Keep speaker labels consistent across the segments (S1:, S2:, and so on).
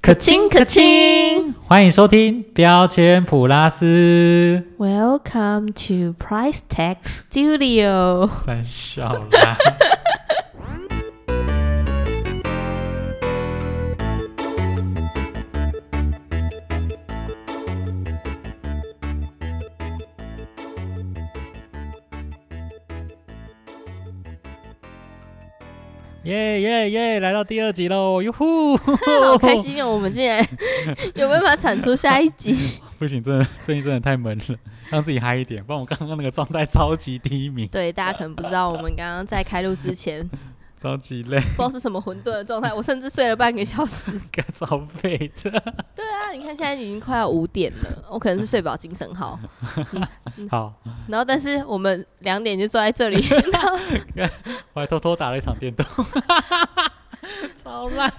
S1: 可
S2: 亲可亲
S1: 欢迎收听标签普拉斯，
S2: Welcome to Price Tag Studio。
S1: 三笑啦。耶耶耶！来到第二集喽，哟呼！
S2: 好开心哦，我们 竟然有办法产出下一 集。
S1: 不行，真的最近真的太闷了，让自己嗨一点，不然我刚刚那个状态超级低迷，
S2: 对，大家可能不知道，我们刚刚在开录之前，不
S1: 超级累，
S2: 知道是什么混沌的状态，我甚至睡了半个小时。
S1: 该超废的。
S2: 对啊，你看现在已经快要五点了，我可能是睡饱精神好。
S1: 好，
S2: 然后，但是我们两点就坐在这 里，然后
S1: 我还偷偷打了一场电 动，超烂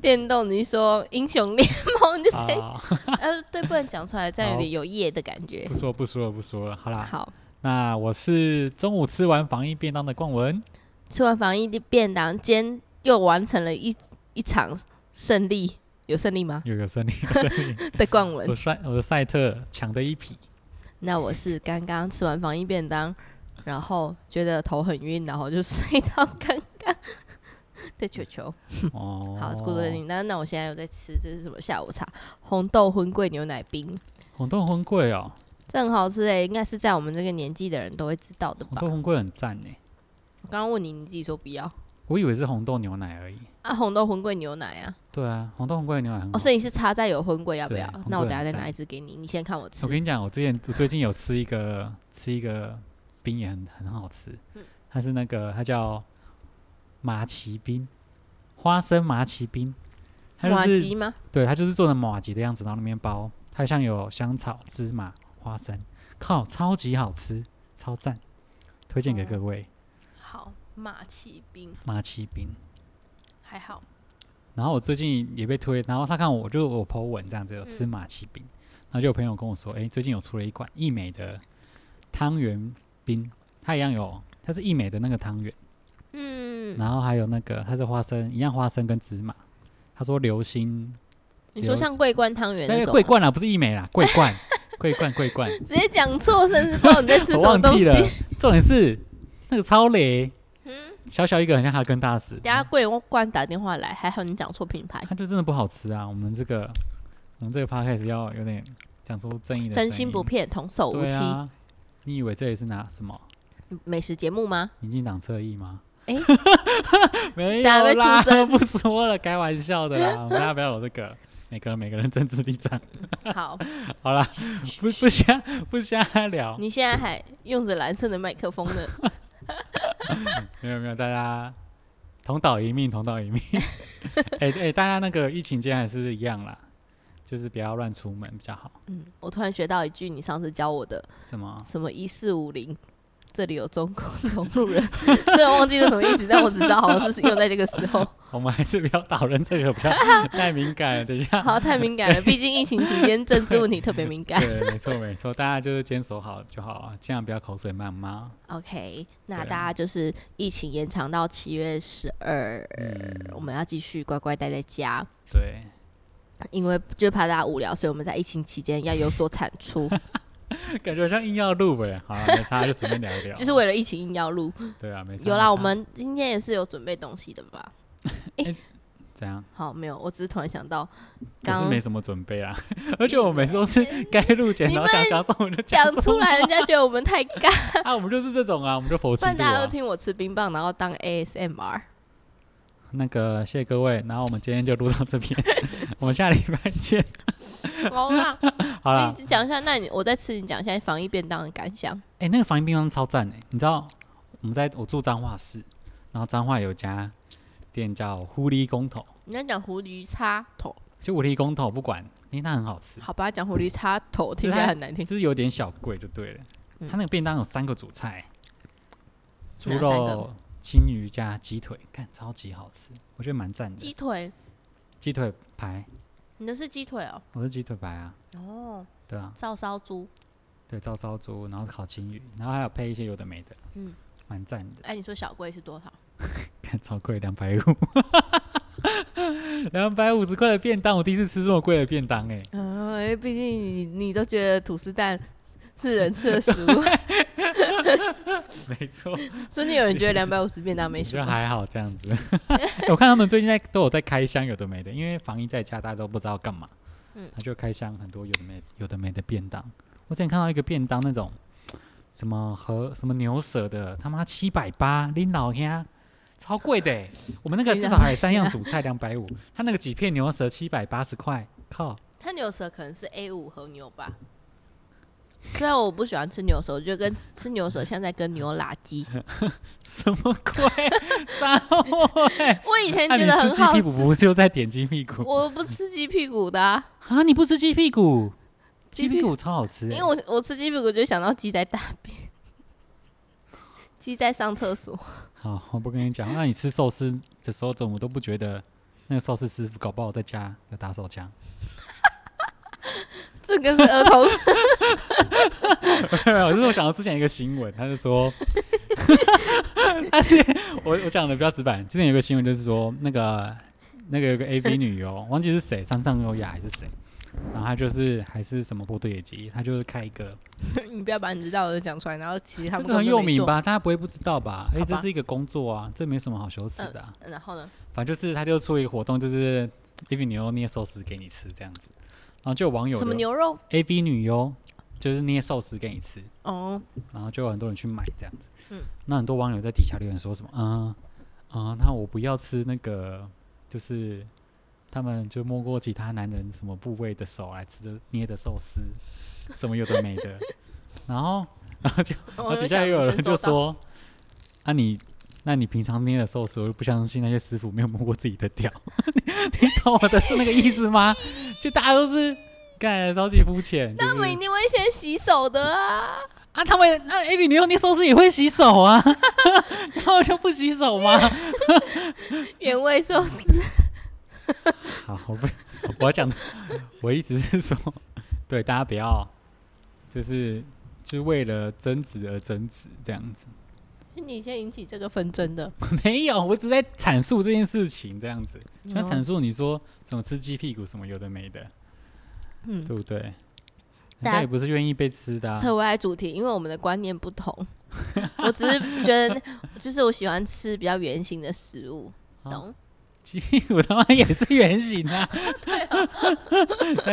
S2: 电动你说英雄联盟，你就谁？
S1: 啊！
S2: 呃，对，不能讲出来，这样有点有夜的感觉
S1: 不。说不说了，不说了，好啦。
S2: 好，
S1: 那我是中午吃完防疫便当的冠文，
S2: 吃完防疫的便当，今天又完成了一一场胜利，有胜利吗？
S1: 有有胜利，有胜利，
S2: 的冠
S1: 我
S2: 文。
S1: 赛我的赛特强的一匹，
S2: 那我是刚刚吃完防疫便当，然后觉得头很晕，然后就睡到刚 刚的球球。
S1: 哦，
S2: 嗯好，孤独的铃铛。那我现在又在吃，这是什么下午茶？红豆荤桂牛奶冰，
S1: 红豆红贵哦，
S2: 这很好吃诶、应该是在我们这个年纪的人都会知道的
S1: 红
S2: 吧？
S1: 豆红贵很赞呢，
S2: 我刚刚问你，你自己说不要
S1: 我以为是红豆牛奶而已。
S2: 啊，红豆荤桂牛奶啊。
S1: 对啊，红豆红贵的牛奶很好
S2: 哦，所以你是插在有荤桂要不
S1: 对啊
S2: 要
S1: 荤？
S2: 那我
S1: 桂
S2: 等下
S1: 很
S2: 再
S1: 赞
S2: 拿一支给你，你先看我吃
S1: 我。跟你讲，我之前我最近有吃一个吃一个冰也很很好吃，它是那个它叫马奇冰，花生马奇冰，它
S2: 马
S1: 就
S2: 吉
S1: 是
S2: 吗？
S1: 对它就是做成马吉的样子，然后里面包它像有香草、芝麻、花生，靠，超级好吃，超赞，推荐给
S2: 哦
S1: 各位、
S2: 好，马奇兵
S1: 马奇冰。
S2: 还好，
S1: 然后我最近也被推，然后他看我就我 po 文这样子有
S2: 嗯
S1: 吃马奇饼，然后就有朋友跟我说，哎，最近有出了一款益美的汤圆冰，它一样有，它是益美的那个汤圆，
S2: 嗯，
S1: 然后还有那个它是花生，一样花生跟芝麻。他说流心，
S2: 你说像桂冠汤圆
S1: 那
S2: 那
S1: 个
S2: 种
S1: 桂
S2: 吗，
S1: 冠啊啦，不是益美 啦，桂冠，桂冠，桂冠，
S2: 直接讲错，甚至不知道你在吃什
S1: 我
S2: 么
S1: 忘
S2: 东
S1: 记
S2: 西。
S1: 了。重点是那个超雷，
S2: 嗯，啊
S1: 小小一个很像哈根达斯，
S2: 等下桂冠打电话来，还好你讲错品牌，
S1: 它就真的不好吃啊。我们这个我们这个 podcast 要有点讲出正义的声
S2: 真
S1: 音，
S2: 心不骗，童叟无
S1: 对
S2: 欺。
S1: 啊，你以为这里是拿什么
S2: 美食节目吗？
S1: 民进党侧翼吗？
S2: 诶
S1: 没
S2: 大家
S1: 有
S2: 被
S1: 啦
S2: 出，征
S1: 不说了，开玩笑的啦，我们大家不要有这个，每个人每个人政治立场。啊
S2: 好，
S1: 好啦，不不瞎不瞎聊，
S2: 你现在还用着蓝色的麦克风 呢。
S1: 没有没有，大家同岛一命，同 岛一命。哎哎、大家那个疫情间还是一样啦，就是不要乱出门比较好。
S2: 嗯，我突然学到一句你上次教我的，
S1: 什么？
S2: 什么一四五零。这里有中共同路人， 虽然忘记是什么意思，但我只知道好像是用在这个时候。
S1: 我们还是不要讨论这个， 比较太敏感了。等一下，
S2: 好，太敏感了，毕竟疫情期间政治问题特别敏感。
S1: 对，没错没错，大家就是坚守好就好了，尽量不要口水谩骂。
S2: OK，那
S1: 对
S2: 大家就是疫情延长到七月十二、
S1: 嗯
S2: 我们要继续乖乖待在家，
S1: 对，
S2: 因为就怕大家无聊，所以我们在疫情期间要有所产 出，
S1: 感觉好像硬要录哎。好了，没差，就随便聊一聊。
S2: 就是为了疫情硬要录。
S1: 对啊，没差。
S2: 有
S1: 没差
S2: 啦，我们今天也是有准备东西的吧？
S1: 怎样？
S2: 好，没有，我只是突然想到，
S1: 我是
S2: 刚
S1: 没什么准备啦， 而且我每次都是该录 前
S2: 你
S1: 然
S2: 不
S1: 后想讲什么我就
S2: 讲
S1: 什么
S2: 出来，人家觉得我们太尬，
S1: 啊，我们就是这种啊，我们就佛
S2: 不
S1: 系
S2: 然
S1: 录
S2: 大家都
S1: 啊。
S2: 听我吃冰棒，然后当 ASMR。
S1: 那个谢谢各位，然后我们今天就录到这边， 我们下礼拜见。
S2: 好啊啦，
S1: 好啦
S2: 你，讲一下，那你我再吃，你讲一下防疫便当的感想。
S1: 哎、那个防疫冰箱超赞哎、你知道我们在我住彰化市，然后彰化有家店叫狐狸公头。
S2: 你要讲狐狸插头，
S1: 就五力公头不管，因为它很好吃，
S2: 好吧，讲狐狸插头听
S1: 是
S2: 起来
S1: 它
S2: 很难听。
S1: 就是有点小贵就对了。
S2: 嗯
S1: 它那个便当有三个主菜，猪
S2: 哪三个
S1: 肉、青鱼加鸡腿，看超级好吃，我觉得蛮赞
S2: 鸡
S1: 的。
S2: 腿，
S1: 鸡腿排，
S2: 你的是鸡腿哦。
S1: 我是鸡腿排啊，
S2: 哦，
S1: 对啊，
S2: 照烧猪。
S1: 对，照烧猪，然后烤青鱼，然后还有配一些有的没的，
S2: 嗯
S1: 嗯，蛮赞的，
S2: 哎，你说小贵是多少？
S1: 看超贵，两百五。两百五十块的便当，我第一次吃这么贵的便当哎、
S2: 嗯，因为毕竟你你都觉得吐司蛋是人吃的食物，
S1: 没错，
S2: 所以有人觉得两百五十便当没
S1: 我
S2: 什
S1: 觉得
S2: 么。
S1: 还好这样子。 欸我看他们最近在都有在开箱，有的没的，因为防疫在家，大家都不知道干嘛，
S2: 嗯
S1: 他就开箱很多有的没有的没的便当。我之前看到一个便当那种什么和什么牛舌的，他妈七百八，拎老兄。超贵的欸、我们那个
S2: 你
S1: 至
S2: 老
S1: 少还有三样主菜两百五，他那个几片牛舌七百八十块，靠！
S2: 它牛舌可能是 A 五和牛吧。虽然我不喜欢吃牛舌，我觉得跟吃吃牛舌像在跟牛拉鸡。
S1: 什么鬼？沙漠哎！
S2: 我以前
S1: 那、
S2: 觉
S1: 你
S2: 得
S1: 吃
S2: 很
S1: 鸡
S2: 好
S1: 屁股
S2: 吃，
S1: 不就在点鸡屁股
S2: 我不吃鸡屁股的、啊，
S1: 啊？你不吃鸡屁股？鸡
S2: 鸡
S1: 屁
S2: 屁股，
S1: 股超好吃、
S2: 因
S1: 欸
S2: 为，我我吃鸡屁股就想到鸡在大便，鸡在上厕所。
S1: 好，我不跟你讲。那你吃寿司的时候，怎么都不觉得那个寿司师傅搞不好在家有打 手枪？
S2: 这个是儿童，
S1: 我是我想到之前一个新闻，他 就说，而且我我讲的比较直白。之前有个新闻就是说，那个那个有个 AV 女优，忘记是谁，山上优雅还是谁，然后她就是还是什么波多野结衣，她就是开一个
S2: 你不要把你知道的讲出来，然后其实他
S1: 这
S2: 们
S1: 个很
S2: 根本
S1: 有
S2: 没
S1: 名
S2: 做？
S1: 吧？大家不会不知道吧？哎、
S2: 好
S1: 这
S2: 吧
S1: 是一个工作啊，这没什么好羞耻的、啊。
S2: 嗯然后呢？
S1: 反正就是他就出一个活动，就是 A V 女优捏寿司给你吃这样子，然后就有网友
S2: 什么
S1: 就
S2: 牛肉？
S1: A V 女优就是捏寿司给你吃，
S2: 哦，
S1: 然后就有很多人去买这样子。
S2: 嗯
S1: 那很多网友在底下留言说什么？嗯嗯，那我不要吃那个，就是他们就摸过其他男人什么部位的手来吃的捏的寿司，什么有的没的。然后， 然后就然后
S2: 我
S1: 底
S2: 就
S1: 下
S2: 想
S1: 也有人
S2: 真做到，
S1: 就说：“啊你，那你平常捏的寿司，我就不相信那些师傅没有摸过自己的屌。 你”你懂我的是那个意思吗？就大家都是干超级肤浅，就
S2: 他们一
S1: 是
S2: 定会先洗手的啊。
S1: 啊，他们那 A B 你用捏寿司也会洗手啊， 然后就不洗手吗？
S2: 原味寿司，
S1: 好，我不， 我要讲的，我一直是说，对大家不要，就是就是为了争执而争执这样子。
S2: 是你先引起这个纷争的。
S1: 没有，我只是在阐述这件事情这样子。那嗯阐述你说怎么吃鸡屁股什么有的没的，
S2: 嗯，
S1: 对不对？人
S2: 大
S1: 家
S2: 家
S1: 也不是愿意被吃的、啊。
S2: 扯回来主题，因为我们的观念不同。我只是觉得，就是我喜欢吃比较圆形的食物，
S1: 好
S2: 懂？
S1: 鸡屁股他妈也是圆形啊！ 在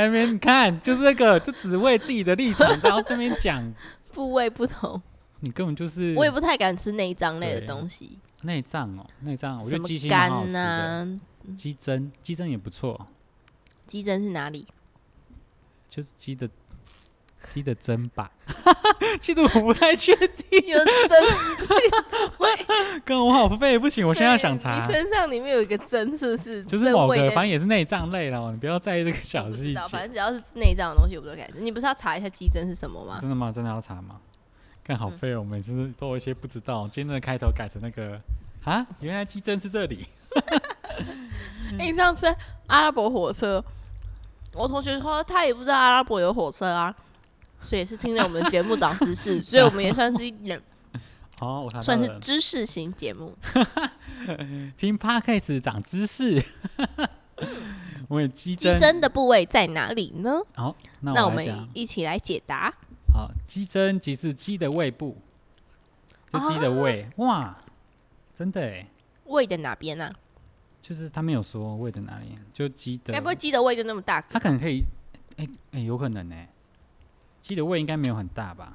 S1: 那边你看，就是那个，就只为自己的立场，然后这边讲，
S2: 部位不同，
S1: 你根本就是
S2: 我也不太敢吃内脏类的
S1: 对
S2: 东西，
S1: 内脏哦，内脏，我觉
S2: 什
S1: 得
S2: 么
S1: 鸡心蛮好吃
S2: 肝啊
S1: 的，
S2: 呐、
S1: 鸡胗，鸡胗也不错，
S2: 鸡胗是哪里？
S1: 就是鸡的鸡的胗吧。 鸡的我不太确定，
S2: 有针？
S1: 跟我好废，不行，我现在要想查。
S2: 你身上里面有一个针，是不是？
S1: 就
S2: 这
S1: 是某
S2: 味
S1: 个，
S2: 的
S1: 反正也是内脏类啦，你不要在意这个小
S2: 不
S1: 细
S2: 知道，反正
S1: 节。
S2: 只要是内脏的东西，我不都敢吃。你不是要查一下鸡胗是什么吗？
S1: 真的吗？真的要查吗？看好
S2: 嗯
S1: 废哦，我每次都有一些不知道。今天的开头改成那个啊，原来鸡胗是这里。嗯
S2: 哎、你上次阿拉伯火车，我同学说他也不知道阿拉伯有火车啊，所以也是听了我们的节目长知 识，所以我们也算是一点
S1: 哦，我查到
S2: 算是
S1: 了，
S2: 知识型节目。
S1: 听 podcast 长知识。 我也鸡
S2: 鸡
S1: 胗，
S2: 胗的部位在哪里呢？
S1: 好，那
S2: 那我
S1: 我来
S2: 们
S1: 讲。
S2: 一起来解答。
S1: 好，鸡胗即是鸡的胃部，就鸡的胃。
S2: 哦
S1: 哇，真的哎，
S2: 胃的哪边啊？
S1: 就是他没有说胃的哪里，就鸡的
S2: 该不会鸡的胃就那么大？
S1: 它可能可以，哎、哎、有可能呢、鸡的胃应该没有很大吧，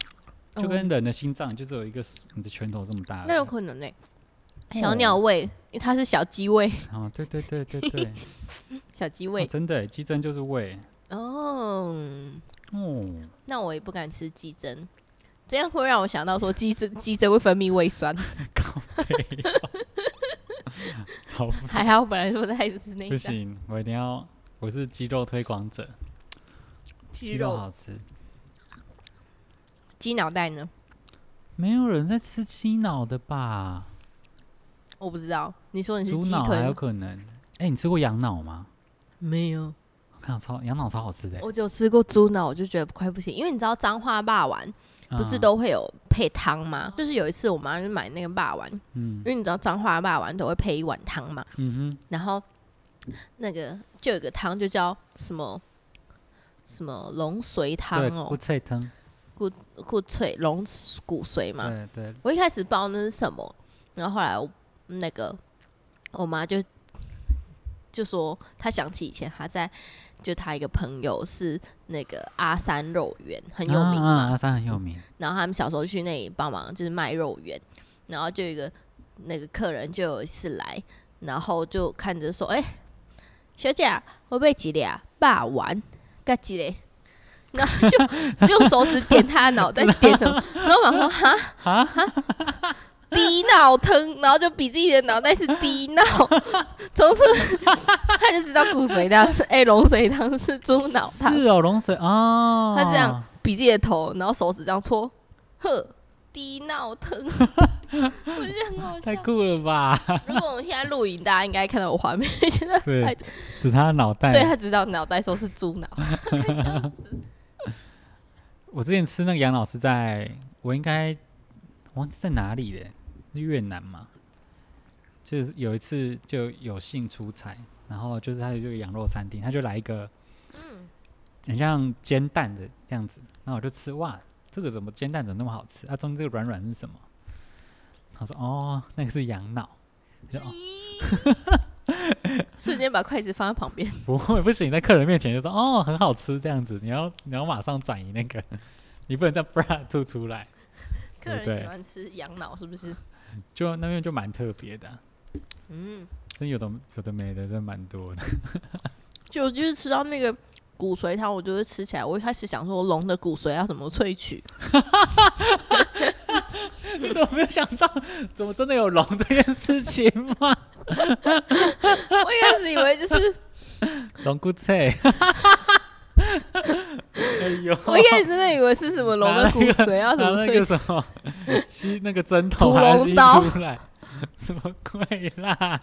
S1: 就跟
S2: 哦
S1: 人的心脏就只有一个你的拳头这么大而已。
S2: 那有可能呢、
S1: 哎
S2: 小鸟胃，因为它是小鸡胃，
S1: 哦，对对对对 对，
S2: 小鸡
S1: 哦
S2: 胃。
S1: 真的欸鸡胗就是胃。
S2: 哦，
S1: 哦，
S2: 那我也不敢吃鸡胗，这样会让我想到说鸡胗鸡胗会分泌胃 酸。
S1: 超
S2: 还好，本来说它也是那
S1: 不
S2: 一张
S1: 行，我一定要，我是鸡肉推广者，
S2: 鸡
S1: 鸡肉
S2: 肉
S1: 好吃。
S2: 鸡脑袋呢？
S1: 没有人在吃鸡脑的吧？
S2: 我不知道。你说你是
S1: 猪
S2: 鸡
S1: 脑
S2: 腿啊
S1: 还有
S2: 吗
S1: 可能。哎、你吃过羊脑吗？
S2: 没有？
S1: 我看到超羊脑超好吃的欸、
S2: 我只有吃过猪脑，我就觉得快不行，因为你知道脏话霸丸不是
S1: 嗯
S2: 都会有配汤吗？就是有一次我妈就买那个霸丸，
S1: 嗯
S2: 因为你知道彰化的霸丸都会配一碗汤嘛，
S1: 嗯哼
S2: 然后那个就有一个汤就叫什么什么龙髓汤
S1: 对，
S2: 哦
S1: 不，脆汤，
S2: 骨髓龙骨髓嘛，
S1: 对对，
S2: 我一开始不知道那是什么，然后后来我那个我妈就就说，她想起以前她在就她一个朋友是那个阿三肉圆很有名
S1: 啊
S2: 嘛，
S1: 啊，阿三很有名，
S2: 然后他们小时候去那里帮忙就是卖肉圆，然后就有一个那个客人就有一次来，然后就看着说：“哎、小姐啊，我被几粒啊？霸丸，干几嘞？”然后就就用手指点他的脑袋，点什么？然后我想说：“哈哈，低脑疼。”然后就比自己的脑袋是低脑， 从此 他就知道骨髓汤是哎龙髓汤是猪脑汤。
S1: 是哦，龙水哦，
S2: 他这样笔记的头，然后手指这样搓，呵，低闹 疼，我觉得很好笑
S1: 太。酷了吧？
S2: 如果我们现在录影，大家应该看到我画面，觉得
S1: 对
S2: 太
S1: 指他的脑袋，
S2: 对他知道脑袋说是猪 脑，
S1: 我之前吃那个杨老师在，我应该我忘记在哪里了，是越南嘛？就是有一次就有幸出差，然后就是他有这个羊肉餐厅，他就来一个，
S2: 嗯，
S1: 很像煎蛋的这样子，然后我就吃，哇，这个怎么煎蛋怎么那么好吃？啊，中间这个软软是什么？他说哦，那个是羊脑，我就哦
S2: 瞬间把筷子放在旁边，
S1: 不会不行，在客人面前就说哦很好吃这样子，你要你要马上转移那个，你不能再 bra 吐出来。
S2: 客
S1: 对
S2: 人
S1: 对
S2: 喜欢吃羊脑是不是？
S1: 就那边就蛮特别的啊、
S2: 嗯，
S1: 真有的有的没的，真的蛮多的。
S2: 就就是吃到那个。骨髓汤，我就会吃起来。我一开始想说龙的骨髓要怎么萃取，
S1: 你 怎么没有想到？怎么真的有龙这件事情吗？
S2: 我一开始以为就是
S1: 龙骨菜， 哎呦，
S2: 我一开始真的以为是什么龙的骨髓要怎
S1: 拿
S2: 么
S1: 那
S2: 萃
S1: 个
S2: 取，
S1: 什么吸那个针
S2: 屠
S1: 头还
S2: 龙
S1: 吸
S2: 刀
S1: 出 来，什么鬼啦？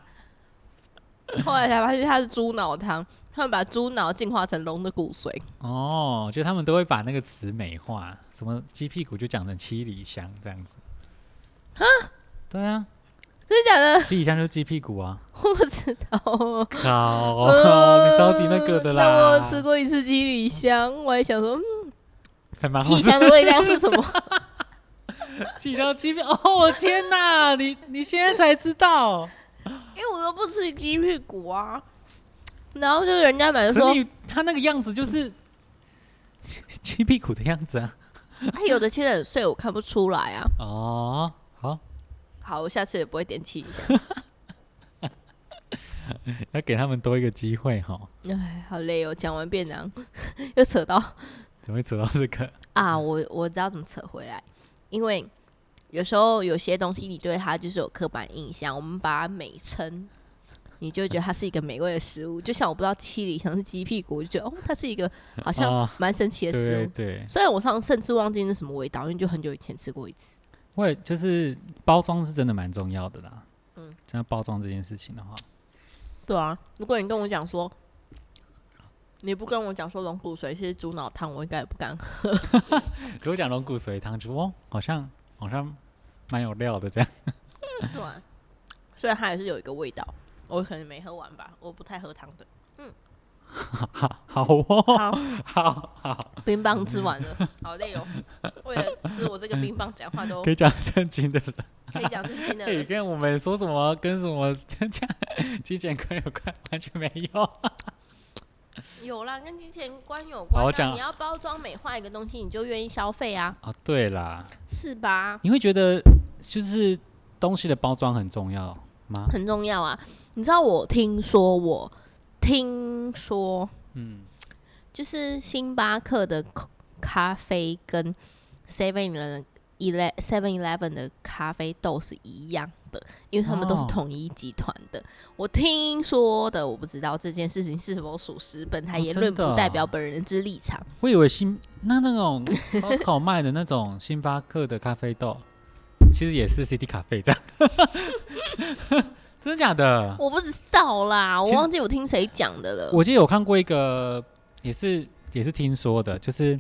S2: 后来才发现它是猪脑汤，他们把猪脑进化成龙的骨髓。
S1: 哦，就他们都会把那个词美化，什么鸡屁股就讲成七里香这样子。对啊，
S2: 真的假的？
S1: 七里香就是鸡屁股啊。
S2: 我不知道。
S1: 靠，
S2: 呃
S1: 哦你着急那个的啦。
S2: 那我有吃过一次鸡梨香，我还想说，嗯，
S1: 还蛮好
S2: 鸡
S1: 吃
S2: 梨香的味道是什 么？
S1: 即将欺骗！哦，天哪！你你现在才知道？
S2: 因为我都不吃鸡屁股啊。然后就人家买
S1: 可
S2: 就说
S1: 是，你他那个样子就是鸡鸡屁股的样子啊！
S2: 他哎有的切的很碎，我看不出来啊。
S1: 哦，好，
S2: 好，我下次也不会点鸡梨香。
S1: 要给他们多一个机会哈。
S2: 哎，好累哦，讲完便当 又扯到
S1: 怎么会扯到这个？
S2: 啊，我我知道怎么扯回来，因为有时候有些东西你对它就是有刻板印象，我们把它美称，你就会觉得它是一个美味的食物。就像我不知道七里香是鸡屁股，我就觉得哦，它是一个好像
S1: 啊，
S2: 蛮神奇的食
S1: 对
S2: 物。
S1: 对，
S2: 虽然我上甚至忘记那什么味道，因为就很久以前吃过一次。
S1: 会就是包装是真的蛮重要的啦。嗯
S2: 嗯，
S1: 像包装这件事情的话，
S2: 对啊，如果你跟我讲说，你不跟我讲说龙骨髓是猪脑汤，我应该也不敢喝。
S1: 如果讲龙骨髓汤，就哦，好像好像蛮有料的这样。
S2: 对啊、 虽然它也是有一个味道，我可能没喝完吧，我不太喝汤的。
S1: 好，好哦，
S2: 好。
S1: 好好，
S2: 冰棒吃完
S1: 嗯
S2: 了，好累哦！为了吃我这个冰棒，讲话都
S1: 可以讲正经的了。
S2: 可以讲正经的
S1: 哎、
S2: 了。
S1: 跟我们说什么跟什么 这样极简快有关，完全没 有。
S2: 有啦，跟金钱观有
S1: 好
S2: 关、
S1: 我
S2: 啊。
S1: 讲
S2: 你要包装美化一个东西，你就愿意消费啊，
S1: 啊，对啦，
S2: 是吧？
S1: 你会觉得就是东西的包装很重要吗？
S2: 很重要啊！你知道我听说我听说
S1: 嗯，
S2: 就是星巴克的咖啡跟 Seven Eleven Seven Eleven 的咖啡豆是一样的，因为他们都是
S1: 哦
S2: 统一集团的。我听说的，我不知道这件事情是否属实，本台
S1: 哦
S2: 言
S1: 真
S2: 论
S1: 的
S2: 不
S1: 哦
S2: 代表本人之立场。
S1: 我以为星那那种 Costco 卖的那种星巴克的咖啡豆，其实也是 City 咖啡这样， 真的假的？
S2: 我不知道啦，我
S1: 其实
S2: 忘记我听谁讲的了。
S1: 我记得有看过一个，也是也是听说的，就是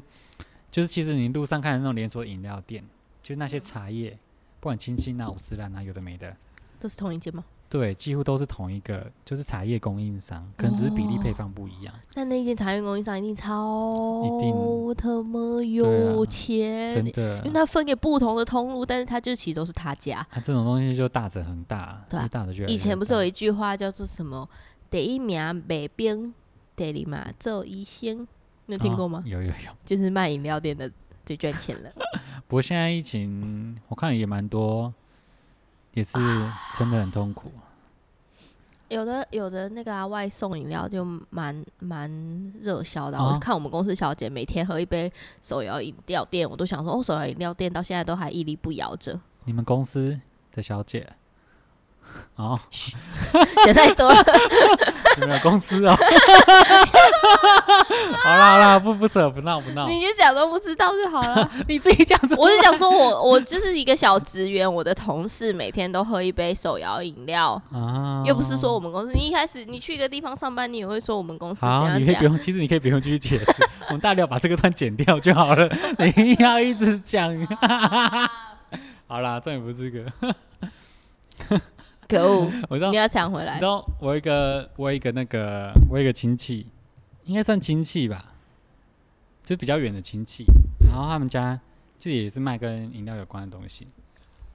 S1: 就是其实你路上看的那种连锁饮料店，就是那些茶叶，不管清新啊、五十兰啊，有的没的，
S2: 都是同一间吗？
S1: 对，几乎都是同一个，就是茶叶供应商，可能只是比例
S2: 哦
S1: 配方不一样。
S2: 但那一间茶园供应商一定超
S1: 定
S2: 他妈
S1: 对
S2: 有
S1: 啊
S2: 钱，
S1: 真
S2: 呃因为
S1: 的，
S2: 他分给不同的通路，但是他就其实都是他家。
S1: 啊，这种东西就大者很大，
S2: 对啊
S1: 越大的就越
S2: 以前不是有
S1: 大
S2: 一句话叫做什么“第一名北冰，第二嘛做医生”，你有听
S1: 哦
S2: 过吗？
S1: 有有有。
S2: 就是卖饮料店的最赚钱 了。
S1: 不过现在疫情，我看也蛮多，也是
S2: 啊
S1: 真的很痛苦。
S2: 有的有的那个啊，外送饮料就蛮蛮热销的啊、
S1: 啊
S2: 我看我们公司小姐每天喝一杯手摇饮料店，我都想说，哦，手摇饮料店到现在都还屹立不摇着，
S1: 你们公司的小姐，哦，
S2: 想太多了。
S1: 你们有公司哦。 好啦好啦，不不扯不闹不闹，
S2: 你就假装不知道就好 了。
S1: 你自己讲出
S2: 我是想说我我就是一个小职员，我的同事每天都喝一杯手摇饮料。
S1: 啊
S2: 又不是说我们公司，你一开始你去一个地方上班，你也会说我们公司怎
S1: 好，
S2: 样怎
S1: 你可以不
S2: 样。
S1: 用，其实你可以不用继续解释， 我们大不了把这个段剪掉就好了。 你要一直讲， 好啦，重点不是这个。
S2: 可恶，
S1: 我知道
S2: 你，要抢回
S1: 你
S2: 来
S1: 知。道，我有一个，我有一个那个，我有一个亲戚，应该算亲戚吧，就比较远的亲戚。然后他们家就也是卖跟饮料有关的东西，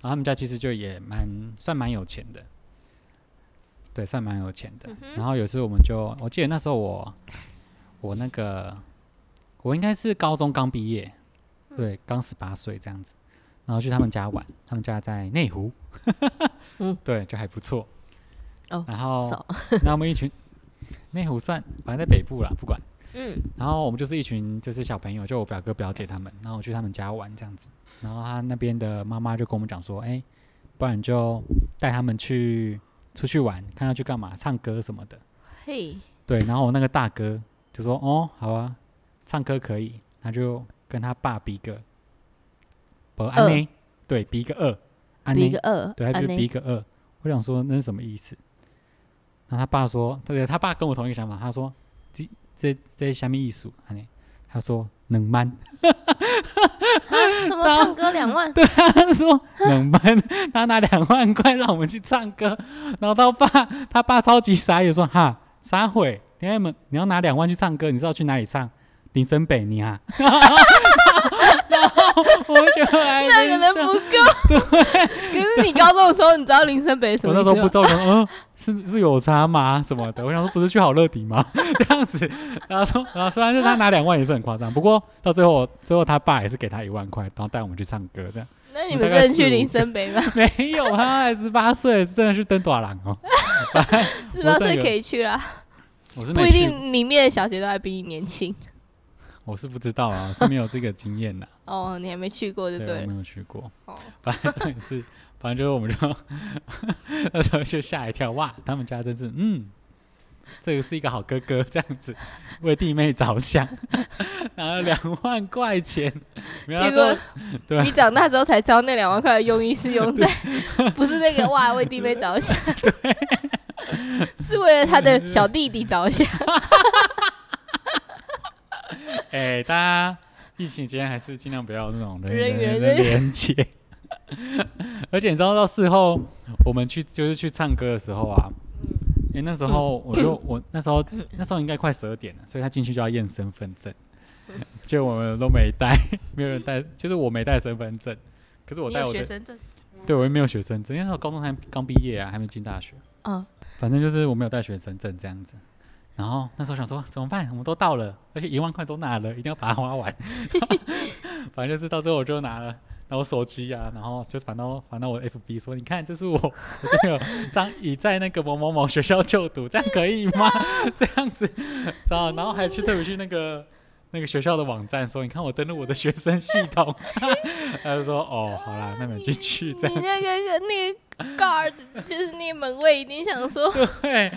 S1: 然后他们家其实就也蛮算蛮有钱的，对，算蛮有钱的。
S2: 嗯哼
S1: 然后有时候我们就，我记得那时候我，我那个，我应该是高中刚毕业，对，刚十八岁这样子，然后去他们家玩，他们家在内湖，
S2: 嗯
S1: 对，就还不错。
S2: 哦
S1: 然后
S2: 少
S1: 那我们一群内湖算，反正在北部啦，不管。
S2: 嗯，
S1: 然后我们就是一群就是小朋友，就我表哥表姐他们，然后我去他们家玩这样子。然后他那边的妈妈就跟我们讲说，哎、不然就带他们去出去玩，看要去干嘛，唱歌什么的。
S2: 嘿，
S1: 对，然后我那个大哥就说，哦，好啊，唱歌可以，他就跟他爸比个，不安
S2: 二
S1: 内，对，比个二，安
S2: 比
S1: 内
S2: 个二，
S1: 啊
S2: 啊
S1: 对，他
S2: 安
S1: 就是比
S2: 内
S1: 个二。我想说那是什么意思？然后他爸说，对，他爸跟我同一个想法，他说这这这下面艺术，安尼他说能慢，
S2: 什么唱歌两 万，
S1: 他说能慢，他拿两万块让我们去唱歌，然后他爸他爸超级傻眼说哈傻会，你要们你要拿两万去唱歌，你知道去哪里唱？林森北你啊， 然后我哎 觉得还
S2: 那个人
S1: 真
S2: 不够。 可是你高中的时候，你知道林森北是什
S1: 我
S2: 么
S1: 那
S2: 意
S1: 时候
S2: 思啊吗
S1: 不知？道，我想说嗯，是是有差吗？什么的？我想说不是去好乐迪 吗？这样子，然后说，然后虽然是他拿两万也是很夸张，不过到最后，最后他爸也是给他一万块，然后带我们去唱歌这样。
S2: 那你
S1: 我
S2: 们
S1: 大概
S2: 真的
S1: 四
S2: 去
S1: 五
S2: 林
S1: 个
S2: 森 北吗？
S1: 没有，他才十八岁，真的是登短郎哦。
S2: 十八
S1: 我这
S2: 岁
S1: 个
S2: 可以去啦，
S1: 我是
S2: 不
S1: 没
S2: 一
S1: 去，
S2: 定里面的小姐都还比你年轻。
S1: 我是不知道啊，我是没有这个经验的，啊
S2: 哦，你还没去过就
S1: 对，
S2: 对
S1: 我
S2: 了
S1: 没。有去过。
S2: 哦，
S1: 反正重点是，反正就是我们就那时候就吓一跳，哇，他们家真是，嗯，这个是一个好哥哥这样子，为弟妹着想， 拿了两万块钱， 没有
S2: 结
S1: 他说
S2: 果
S1: 对啊
S2: 你长大之后才知道那两万块的用意是用在 不是那 个哇为弟妹着想， 是为了他的小弟弟着想。
S1: 哎、大家疫情期间还是尽量不要那种人
S2: 人与人
S1: 的
S2: 的
S1: 连接。而且你知道，到事后我们去就是去唱歌的时候啊，
S2: 嗯
S1: 因为那时候我 就、我那时候那时候应该快十二点了，所以他进去就要验身份证， 就我们都没带， 没有人带，就是我没带身份证，可是我
S2: 你
S1: 带
S2: 有
S1: 我
S2: 学
S1: 的，
S2: 生证？
S1: 对我也没有学生证，因为那时候高中才刚毕业啊，还没进大学。
S2: 嗯，
S1: 反正就是我没有带学生证这样子。然后那时候想说怎么办？我们都到了，而且一万块都拿了，一定要把它花完。 反正就是到最后我就拿了，然后手机啊，然后就反到反到我的 FB 说，你看这是我，我这个张已在那个某某某学校就读，这样可以吗？ 这样子，知道？然后还去特别去那个。那个学校的网站说，你看我登录我的学生系统， 他就说哦，好啦，那你就去这
S2: 你
S1: 样
S2: 那
S1: 子，
S2: 个那个 guard 就是那个门卫，一定想说
S1: 对，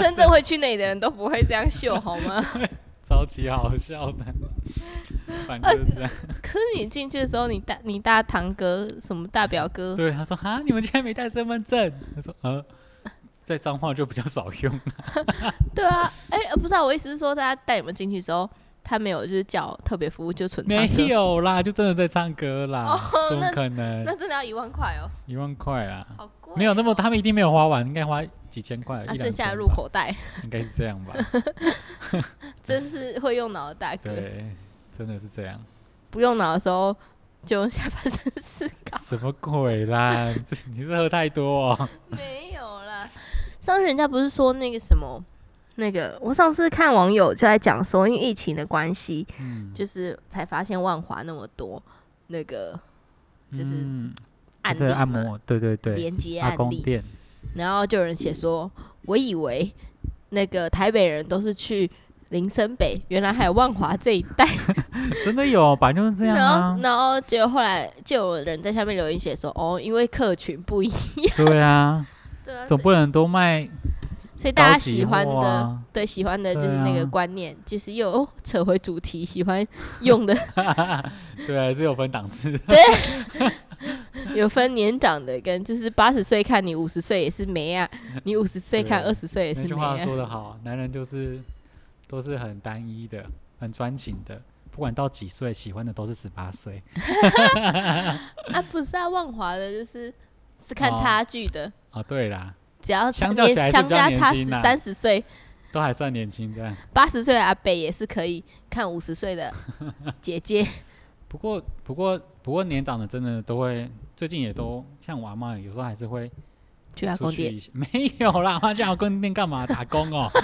S2: 真正会去那里的人都不会这样秀好吗？
S1: 超级好笑的，反正就是这样。
S2: 可是你进去的时候，你大你大堂哥什么大表哥，
S1: 对，他说哈，你们竟然没带身份证？他说呃，在彰化就比较少用。
S2: 对啊，哎、呃不是啊，我意思是说，大家带你们进去之后，他没有就是叫特别服务就纯唱
S1: 没
S2: 歌，
S1: 有啦，就真的在唱歌啦，
S2: 哦
S1: 怎么
S2: 那
S1: 可能
S2: 那真的要一万块哦，
S1: 一万块啦？
S2: 好贵哦、
S1: 没有那么，他们一定没有花完，应该花几千块，
S2: 啊，
S1: 一
S2: 剩
S1: 两
S2: 下
S1: 千
S2: 入
S1: 吧，
S2: 口 袋，
S1: 应该是这 样吧？
S2: 真是会用脑的大哥。
S1: 对，真的是这样，
S2: 不用脑的时候，就用下半身 思考。
S1: 什么鬼啦？ 你这你是喝太多哦？
S2: 没有啦，上次人家不是说那个什么，那个我上次看网友就在讲说，因为疫情的关系，
S1: 嗯，
S2: 就是才发现万华那么多那个就是
S1: 嗯
S2: 案
S1: 就
S2: 例
S1: 是按
S2: 嘛
S1: 摩，对对对，
S2: 连接
S1: 阿
S2: 案
S1: 公
S2: 例，
S1: 店，
S2: 然后就有人写说，我以为那个台北人都是去。林森北原来还有万华这一带，
S1: 真的有，本来就是这样
S2: 然后
S1: 啊，
S2: 然后结果后来就有人在下面留言写说，哦，因为客群不一样，
S1: 对 啊，
S2: 对啊
S1: 总不能都卖
S2: 所以大家
S1: 高级
S2: 喜欢
S1: 货
S2: 的，
S1: 啊
S2: 对喜欢的就
S1: 对
S2: 是那个
S1: 啊
S2: 观念，就是又、哦扯回主题，喜欢用的
S1: 对，啊是有分档次。
S2: 有分年长的跟就是八十岁看你五十岁也是没啊，你五十岁看
S1: 对
S2: 二十岁也是
S1: 那句
S2: 没
S1: 话
S2: 啊，
S1: 说得好，男人就是都是很单一的，很专情的，不管到几岁，喜欢的都是十八岁。
S2: 啊不是啊，万华的就是是看
S1: 哦
S2: 差距的，
S1: 哦，对啦，
S2: 只要
S1: 相
S2: 差
S1: 较起
S2: 年
S1: 来是
S2: 相
S1: 比较
S2: 加
S1: 年
S2: 差十
S1: 轻啊
S2: 三十岁，
S1: 都还算年轻这样。
S2: 八十岁的阿北也是可以看五十岁的姐姐，
S1: 不过，不过，不过，年长的真的都会，最近也都像我阿妈，有时候还是会
S2: 去阿
S1: 出
S2: 公
S1: 去
S2: 店
S1: 一下。 没有啦，妈去阿公店干嘛？打工哦。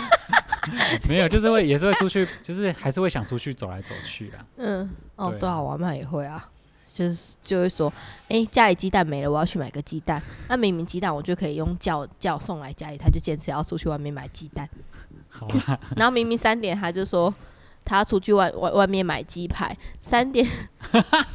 S1: 没有，就是会也是会出去，就是还是会想出去走来走去啦。
S2: 嗯哦
S1: 对
S2: 对啊，我阿妈也会啊。就是就会说，哎、家里鸡蛋没了，我要去买个鸡蛋。 那明明鸡蛋我就可以用叫叫送来家里，他就坚持要出去外面买鸡 蛋。
S1: 好啦，
S2: 然后明明三点他就说他要出去外外外面买鸡排，三 点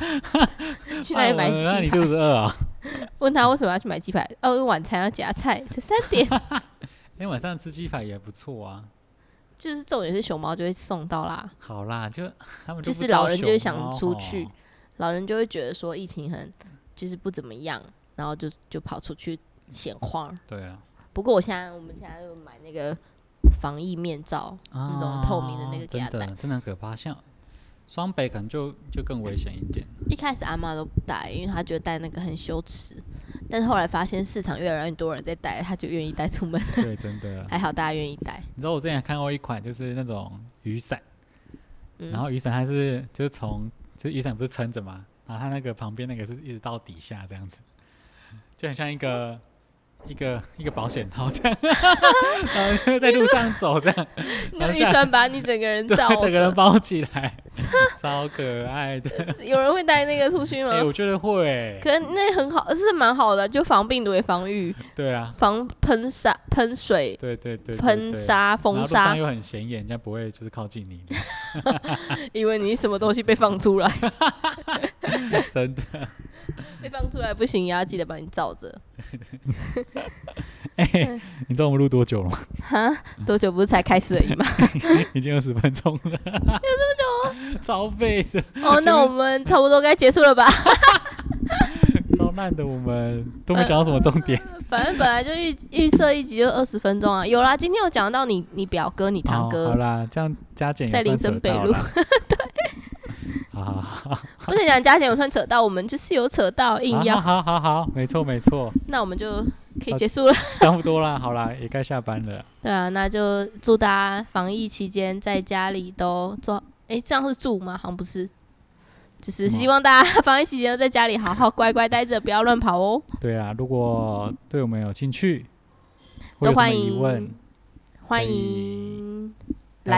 S2: 去哪里买
S1: 哎我那
S2: 鸡
S1: 你
S2: 排？
S1: 肚子饿啊？
S2: 问他为什么要去买鸡排？哦，因为晚餐要夹菜，才三点。
S1: 哎，晚上吃鸡排也不错啊。
S2: 就是重点是熊猫就会送到啦，
S1: 好啦，就 他们
S2: 就
S1: 不
S2: 是
S1: 知道
S2: 老人就会想
S1: 熊哦猫
S2: 出
S1: 吼
S2: 去老人就会觉得说疫情很就是不怎么样，然后就就跑出去闲晃。
S1: 对啊，
S2: 不过我现在我们现在又买那个防疫面罩，
S1: 那
S2: 种透明的那个给
S1: 啊真
S2: 他戴
S1: 的真的很可怕。像双北可能就就更危险一点。
S2: 一开始阿妈都不戴，因为她觉得戴那个很羞耻。但是后来发现市场越来越多人在戴，她就愿意戴出门。
S1: 对，真的。
S2: 还好大家愿意戴。
S1: 你知道我之前看过一款就是那种雨伞，
S2: 嗯，
S1: 然后雨伞它是就是从就是雨伞不是撑着嘛，然后它那个旁边那个是一直到底下这样子，就很像一个。一个一个保险套这样，然后就在路上走这样，
S2: 你的预算把 你整个人
S1: 对
S2: 罩，
S1: 整个人
S2: 着，
S1: 包起来， 超可爱的。
S2: 有人会带那个出去吗？
S1: 哎、我觉得会欸、
S2: 嗯可能那很好，是蛮好的，就防病毒也防御、
S1: 对啊，
S2: 防喷砂、喷水、
S1: 对对对对
S2: 喷
S1: 对
S2: 砂、
S1: 然
S2: 风
S1: 后路上
S2: 沙，
S1: 又很显眼，人家不会就是靠近你的，
S2: 以为你什么东西被放出来，
S1: 真的。
S2: 被放出来不行，也要记得把你罩着。
S1: 你知道我们录多久了吗？
S2: 哈，多久不是才开始而已吗？
S1: 已经二十分钟了。有多久？超废的，
S2: 哦，那我们差不多该结束了吧？
S1: 超烂的，我们都没讲到什么重点。
S2: 反正本来就预预设一集就二十分钟啊，有啦，今天有讲到你你表哥、你堂
S1: 哦、
S2: 哥
S1: 好，啦，这样加减也
S2: 在林
S1: 算
S2: 森
S1: 扯
S2: 北
S1: 到
S2: 路
S1: 啦。对，好好好
S2: 不能讲加减，我算扯到，我们就是有扯到，硬要，
S1: 好好好好，没错没错，
S2: 那我们就可以
S1: 好
S2: 结束了。
S1: 差不多啦，好啦，也该下班了。
S2: 对啊，那就祝大家防疫期间在家里都做，诶，这样是住吗？好像不是，就是
S1: 什么
S2: 希望大家 防疫期间都在家里好好乖乖待着，不要乱跑哦。
S1: 对啊，如果对我们有兴趣，或
S2: 都
S1: 有什么
S2: 欢
S1: 疑
S2: 迎
S1: 问，
S2: 欢
S1: 可以
S2: 迎
S1: 来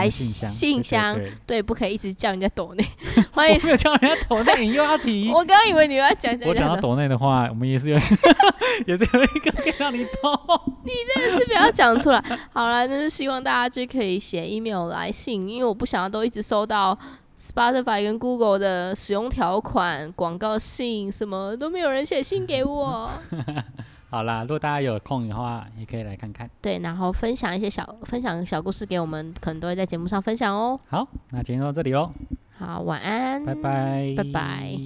S2: 来
S1: 我们信箱，
S2: 信箱，
S1: 对对
S2: 对，不可以一直叫人家抖内， 欢
S1: 对
S2: 迎。
S1: 我没有叫人家投 内，你又要提。
S2: 我刚刚以为你要讲讲
S1: 我讲
S2: 讲
S1: 到
S2: 的，
S1: 抖内的话，我们也是有， 也是有一个可以让你抖。
S2: 是不要讲出来。好了，那就希望大家就可以写 email 来信，因为我不想要都一直收到 Spotify 跟 Google 的使用条款、广告信，什么都没有人写信给我。
S1: 好啦，如果大家有空的话，也可以来看看。
S2: 对，然后分享一些小分享小故事给我们，可能都会在节目上分享哦。
S1: 好，那今天到这里喽，
S2: 好，晚安，
S1: 拜拜，
S2: 拜拜。